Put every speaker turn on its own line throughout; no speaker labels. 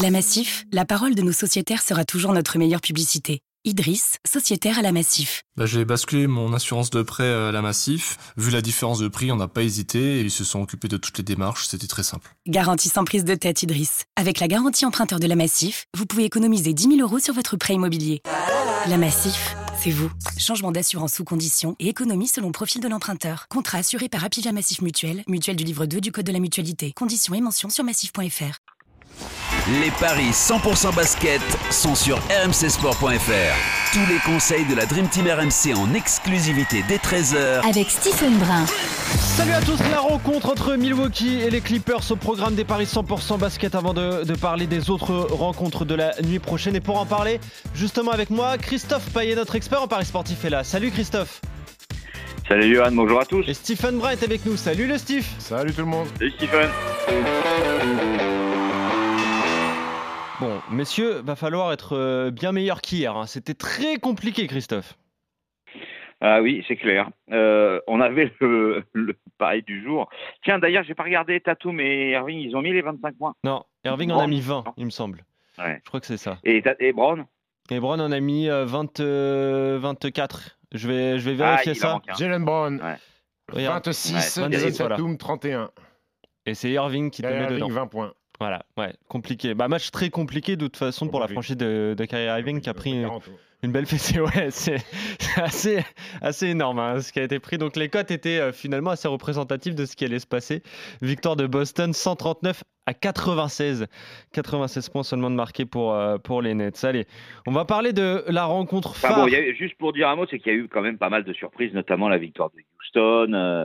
la Massif, la parole de nos sociétaires sera toujours notre meilleure publicité. Idriss, sociétaire à la Massif.
Bah, j'ai basculé mon assurance de prêt euh, à la Massif. Vu la différence de prix, on n'a pas hésité et ils se sont occupés de toutes les démarches, c'était très simple.
Garantie sans prise de tête, Idriss. Avec la garantie emprunteur de la Massif, vous pouvez économiser 10 000 euros sur votre prêt immobilier. La Massif, c'est vous. Changement d'assurance sous condition et économie selon profil de l'emprunteur. Contrat assuré par Apivia Massif Mutuelle, mutuelle du livre 2 du Code de la mutualité. Conditions et mentions sur massif.fr.
Les paris 100% basket sont sur rmcsport.fr. Tous les conseils de la Dream Team RMC en exclusivité dès 13h
avec Stephen Brun.
Salut à tous, la rencontre entre Milwaukee et les Clippers au programme des paris 100% basket avant de, de parler des autres rencontres de la nuit prochaine. Et pour en parler, justement avec moi, Christophe Payet, notre expert en paris sportif est là. Salut Christophe.
Salut Johan, bonjour à tous.
Et Stephen Brun est avec nous. Salut le Steve.
Salut tout le monde.
Salut Stephen.
Bon, messieurs, va falloir être euh, bien meilleur qu'hier. Hein. C'était très compliqué, Christophe.
Ah oui, c'est clair. Euh, on avait le, le, pari du jour. Tiens, d'ailleurs, j'ai pas regardé Tatum et Irving, ils ont mis les 25 points.
Non, Irving Brown. en a mis 20, il me semble. Ouais. Je crois que c'est ça.
Et, et Brown
Et Brown en a mis 20, euh, 24. Je vais, je vais vérifier ah, ça.
Jalen Brown, ouais. 26, ouais, 26 voilà. Tatum, 31.
Et c'est Irving qui te met
Irving,
dedans.
20 points.
Voilà, ouais, compliqué. Bah, match très compliqué de toute façon pour la franchise de, de Kyrie Irving qui a pris une, une belle fessée. Ouais, c'est assez, assez énorme hein, ce qui a été pris. Donc les cotes étaient euh, finalement assez représentatives de ce qui allait se passer. Victoire de Boston 139 à 96. 96 points seulement de marqué pour, euh, pour les Nets. Allez, on va parler de la rencontre phare.
Enfin bon, y a eu, juste pour dire un mot, c'est qu'il y a eu quand même pas mal de surprises, notamment la victoire de Houston. Euh...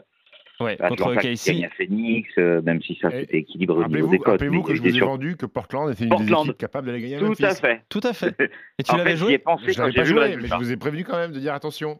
Ouais, contre
Casey. Phoenix, euh, même si ça c'était équilibré au niveau
vous,
des cotes.
Rappelez-vous que je vous ai vendu que Portland était une
Portland.
des capable de la gagner.
Tout à fait.
Tout à fait. Et tu l'avais joué
pensé
Je l'avais pas joué, mais je vous ai prévenu quand même de dire attention.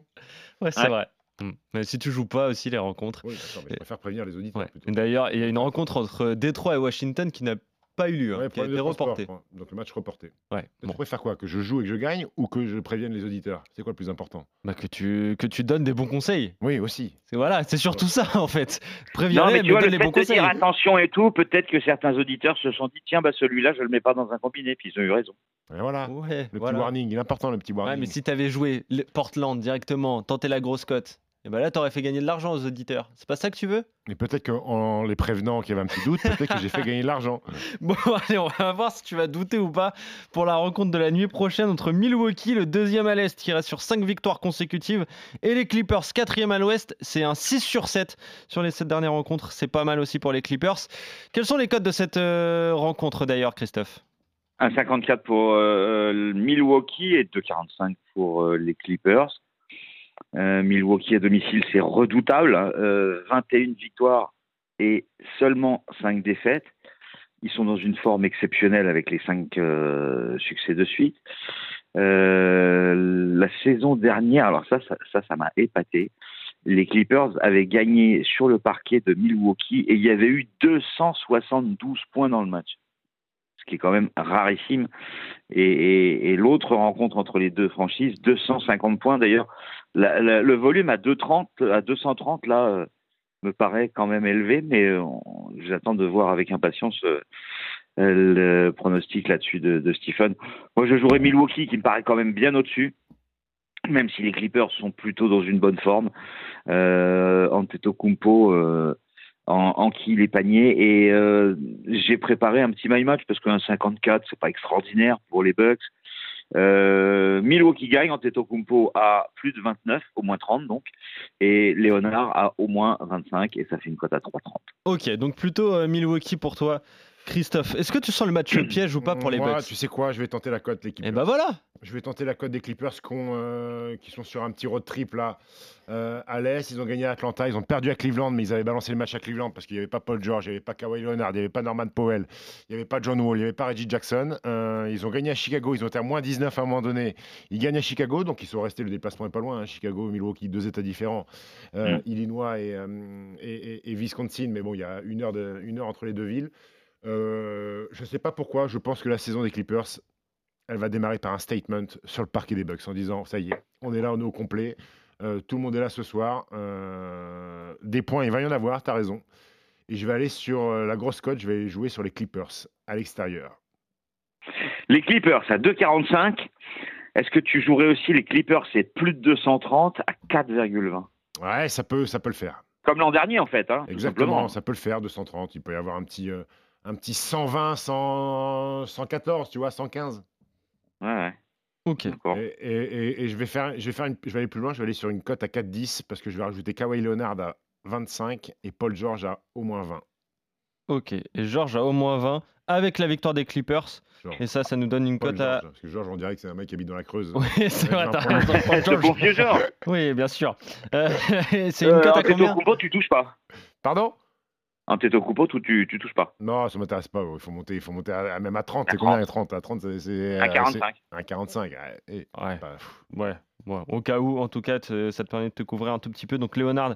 Ouais, c'est ouais. vrai. Hmm. Mais si tu joues pas aussi les rencontres.
Oui, attends, mais je préfère prévenir les auditeurs.
Ouais. D'ailleurs, il y a une rencontre entre Détroit et Washington qui n'a pas eu lieu, hein, qui a été reportée.
Donc le match reporté.
Ouais.
Bon. Tu préfères quoi Que je joue et que je gagne ou que je prévienne les auditeurs C'est quoi le plus important
bah que, tu, que tu donnes des bons conseils.
Oui, aussi.
C'est voilà, c'est surtout ouais. ça en fait. Préviens les, mais, tu mais vois, donne
le
les bons
de
conseils.
Dire attention et tout, peut-être que certains auditeurs se sont dit tiens, bah, celui-là, je le mets pas dans un combiné, puis ils ont eu raison.
Et voilà, ouais, le voilà. petit warning, il est important le petit warning.
Oh, Ouais, mais si tu avais joué Portland directement, tenté la grosse cote, et ben là, t'aurais fait gagner de l'argent aux auditeurs. C'est pas ça que tu veux
Mais peut-être qu'en les prévenant qu'il y avait un petit doute, peut-être que j'ai fait gagner de l'argent.
Bon, allez, on va voir si tu vas douter ou pas pour la rencontre de la nuit prochaine entre Milwaukee, le deuxième à l'Est, qui reste sur 5 victoires consécutives, et les Clippers, quatrième à l'Ouest. C'est un 6 sur 7 sur les 7 dernières rencontres. C'est pas mal aussi pour les Clippers. Quels sont les codes de cette euh, rencontre d'ailleurs, Christophe
Un 54 pour euh, Milwaukee et 2,45 pour euh, les Clippers. Euh, Milwaukee à domicile, c'est redoutable. Euh, 21 victoires et seulement 5 défaites. Ils sont dans une forme exceptionnelle avec les 5 euh, succès de suite. Euh, la saison dernière, alors ça, ça, ça m'a épaté. Les Clippers avaient gagné sur le parquet de Milwaukee et il y avait eu 272 points dans le match ce qui est quand même rarissime. Et, et, et l'autre rencontre entre les deux franchises, 250 points d'ailleurs. le volume à, 230, à 230, là, euh, me paraît quand même élevé, mais euh, j'attends de voir avec impatience euh, le pronostic là-dessus de, de, Stephen. Moi, je jouerai Milwaukee, qui me paraît quand même bien au-dessus. Même si les Clippers sont plutôt dans une bonne forme, euh, Antetokounmpo euh, en, en, qui les paniers. Et euh, j'ai préparé un petit my match parce qu'un 54, c'est pas extraordinaire pour les Bucks. Euh, Milwaukee gagne, Antetokounmpo à plus de 29, au moins 30 donc, et Léonard à au moins 25, et ça fait une cote à 3,30.
Ok, donc plutôt euh, Milwaukee pour toi, Christophe. Est-ce que tu sens le match piège ou pas pour les
Moi,
Bucks
Tu sais quoi, je vais tenter la cote l'équipe.
Et ben voilà
Je vais tenter la cote des Clippers qu euh, qui sont sur un petit road trip là euh, à l'Est. Ils ont gagné à Atlanta, ils ont perdu à Cleveland, mais ils avaient balancé le match à Cleveland parce qu'il n'y avait pas Paul George, il n'y avait pas Kawhi Leonard, il n'y avait pas Norman Powell, il n'y avait pas John Wall, il n'y avait pas Reggie Jackson. Euh, ils ont gagné à Chicago, ils ont été à moins 19 à un moment donné. Ils gagnent à Chicago, donc ils sont restés, le déplacement est pas loin. Hein. Chicago, Milwaukee, deux états différents. Mm. Illinois et, et, et, et, Wisconsin, mais bon, il y a une heure, de, une heure entre les deux villes. Euh, je ne sais pas pourquoi, je pense que la saison des Clippers, elle va démarrer par un statement sur le parquet des Bucks en disant ça y est, on est là, on est au complet, euh, tout le monde est là ce soir, euh, des points, il va y en avoir, t'as raison. euh, Et je vais aller sur la grosse cote, je vais jouer sur les Clippers à l'extérieur.
Les Clippers à 2,45. Est-ce que tu jouerais aussi les Clippers C'est plus de 230 à 4,20.
Ouais, ça peut, ça peut le faire.
Comme l'an dernier, en fait. Hein, tout
Exactement,
simplement.
ça peut le faire, 230. Il peut y avoir un petit, euh, un petit 120, 100, 114, tu vois, 115.
Ouais, ouais,
Ok.
d'accord.
Et, et- et- et je, vais faire, je, vais faire une- je vais aller plus loin, je vais aller sur une cote à 4-10 parce que je vais rajouter Kawhi Leonard à 25 et Paul George à au moins 20.
Ok. Et George a au moins 20 avec la victoire des Clippers.
George.
Et ça, ça nous donne une
Paul
cote à.
George, parce que George, on dirait que c'est un mec qui habite dans la Creuse.
Oui, c'est vrai, t'as
Avec
raison. Paul
Le bon
George.
vieux genre.
Oui, bien sûr. Euh, c'est
Euh,
une cote
en
à combien
Antetokounmpo, tu touches pas.
Pardon
En Antetokounmpo, tu, tu, tu touches pas.
Non, ça m'intéresse pas. Il faut monter, il faut monter à, à- même à 30.
À
C'est combien à 30 À 30, c'est- c'est.
À
euh,
45.
c'est- À 45. ouais. Et-
Ouais.
bah, pff,
Ouais, ouais. au cas où, en tout cas, te- ça te permet de te couvrir un tout petit peu. Donc, Léonard,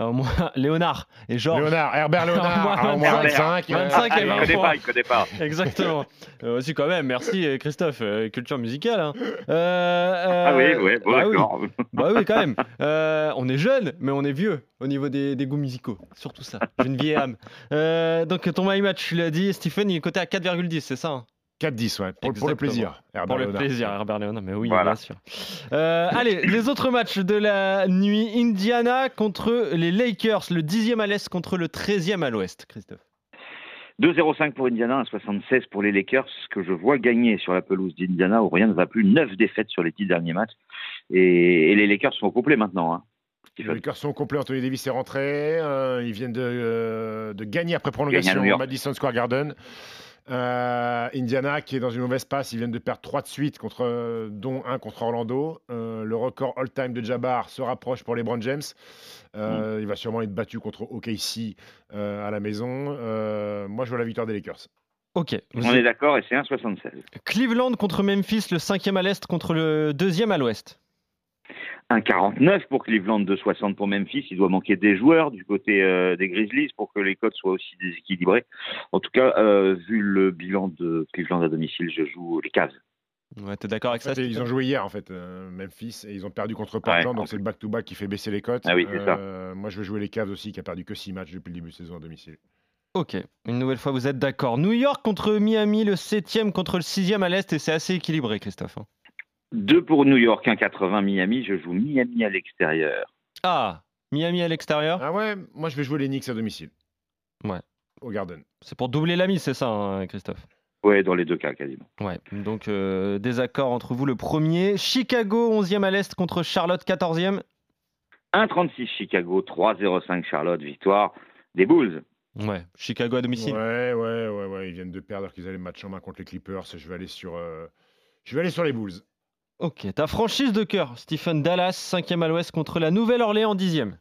euh, au moins, Léonard et Georges.
Léonard, Herbert
Au
Léonard,
moins
à au moins
25,
25. euh,
25,
Ah,
et
il
ben,
connaît
bon.
pas, il connaît pas.
Exactement. Euh, aussi, quand même, merci euh, Christophe, euh, culture musicale. hein. Euh, euh,
Ah oui, ouais, bon,
bah oui,
d'accord.
bah oui, quand même. Euh, on est jeune, mais on est vieux au niveau des, des goûts musicaux. Surtout ça, une vieille âme. Euh, donc, ton my match, tu l'as dit, Stephen, il est coté à 4,10, c'est ça hein
4-10, ouais. Pour, pour
Exactement.
le plaisir. Herbert
Pour le
Léonard.
plaisir, Herbert Léonard, mais oui,
Voilà.
bien sûr. Euh, allez, les autres matchs de la nuit. Indiana contre les Lakers, le 10e à l'est contre le 13e à l'ouest, Christophe.
2,05 pour Indiana, 1,76 pour les Lakers, que je vois gagner sur la pelouse d'Indiana où rien ne va plus. 9 défaites sur les 10 derniers matchs. Et, et les Lakers sont au complet maintenant. hein.
Les Lakers sont au complet. Anthony Davis est rentré. euh, ils viennent de, euh, de gagner après
Gagner à
prolongation
New York.
au Madison Square Garden. Euh, Indiana qui est dans une mauvaise passe. Ils viennent de perdre 3 de suite, contre, euh, dont un contre Orlando. Euh, le record all-time de Jabbar se rapproche pour LeBron James.
Mm.
Euh, Il va sûrement être battu contre OKC euh, à la maison. Euh, moi, je vois la victoire des Lakers.
Ok. vous
On
êtes-
est d'accord et c'est 1,76.
Cleveland contre Memphis, le 5e à l'est contre le 2e à l'ouest.
1,49 pour Cleveland, 2,60 pour Memphis. Il doit manquer des joueurs du côté euh, des Grizzlies pour que les cotes soient aussi déséquilibrées. En tout cas, euh, vu le bilan de Cleveland à domicile, je joue les Cavs.
Ouais, t'es d'accord avec
En fait,
ça
ils ont joué hier en fait, euh, Memphis, et ils ont perdu contre Portland,
Ouais.
donc c'est le back-to-back qui fait baisser les cotes.
Ah oui, c'est ça.
Euh, Moi, je vais jouer les Cavs aussi, qui a perdu que 6 matchs depuis le début de saison à domicile.
Ok, une nouvelle fois, vous êtes d'accord. New York contre Miami, le 7e contre le 6e à l'est, et c'est assez équilibré, Christophe. hein.
2 pour New York, 1,80 Miami. Je joue Miami à l'extérieur.
Ah, Miami à l'extérieur,
Ah ouais, moi, je vais jouer les Knicks à domicile.
Ouais.
Au Garden.
c'est pour doubler la mise, c'est ça, hein, Christophe
Ouais, dans les deux cas quasiment.
Ouais, donc euh, désaccord entre vous le premier. Chicago 11e à l'est contre Charlotte 14e.
1,36 Chicago, 3,05 Charlotte, victoire des Bulls.
Ouais, Chicago à domicile.
Ouais, ouais, ouais, ouais, ils viennent de perdre alors qu'ils avaient le match en main contre les Clippers. Je vais aller sur, euh, je vais aller sur les Bulls.
Ok, ta franchise de cœur, Stephen Dallas 5e à l'ouest contre la Nouvelle-Orléans 10e.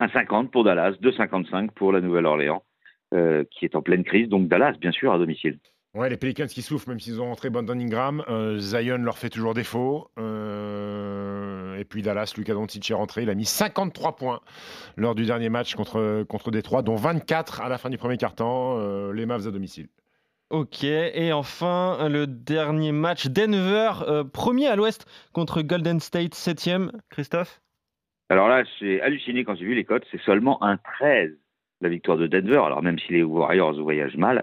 1,50 pour Dallas, 2,55 pour la Nouvelle-Orléans, euh, qui est en pleine crise. Donc Dallas, bien sûr, à domicile.
Ouais, les Pelicans qui souffrent, même s'ils ont rentré Brandon Ingram. euh, Zion leur fait toujours défaut. euh, et puis Dallas, Luka Doncic est rentré. Il a mis 53 points lors du dernier match contre, contre Détroit, dont 24 à la fin du premier quart-temps. euh, les Mavs à domicile.
Ok, et enfin le dernier match, Denver euh, premier à l'ouest contre Golden State 7e. Christophe
Alors là, j'ai halluciné quand j'ai vu les cotes. C'est seulement un 13, la victoire de Denver. Alors même si les Warriors voyagent mal,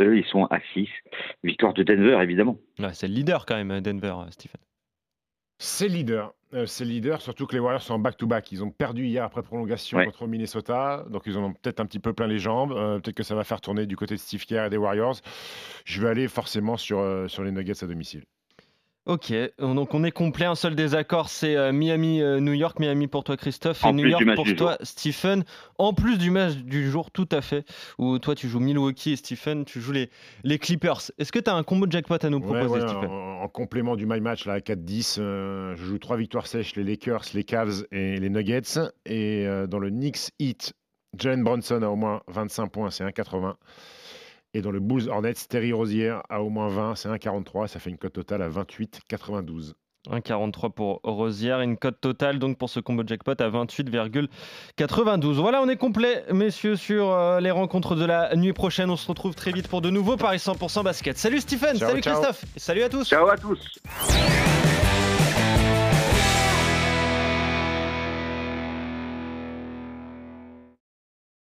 eux, ils sont à 6. Victoire de Denver, évidemment.
Ouais, c'est le leader quand même, Denver, euh, Stephen.
C'est le leader. euh, c'est le leader, surtout que les Warriors sont en back-to-back. Ils ont perdu hier après prolongation
Ouais.
contre Minnesota, donc ils en ont peut-être un petit peu plein les jambes. euh, peut-être que ça va faire tourner du côté de Steve Kerr et des Warriors. Je vais aller forcément sur, euh, sur les Nuggets à domicile.
Ok, donc on est complet, un seul désaccord, c'est euh, Miami, euh, New York, Miami pour toi Christophe et
En
New
plus
York
du match
pour
du
toi Stephen, en plus du match du jour tout à fait, où toi tu joues Milwaukee et Stephen, tu joues les, les Clippers. Est-ce que tu as un combo de jackpot à nous
Ouais,
proposer
ouais,
Stephen
en, en complément du My Match là, à 4-10, euh, je joue trois victoires sèches, les Lakers, les Cavs et les Nuggets. Et euh, dans le Knicks Heat, Jalen Bronson a au moins 25 points, c'est 1,80. Et dans le Bulls Hornets, Terry Rozier a au moins 20, c'est 1,43. Ça fait une cote totale à 28,92.
1,43 pour Rosière, une cote totale donc pour ce combo de jackpot à 28,92. Voilà, on est complet messieurs sur euh, les rencontres de la nuit prochaine, on se retrouve très vite pour de nouveaux Paris 100% basket. Salut Stephen,
Ciao,
salut
ciao.
Christophe, et salut à tous
Ciao à tous.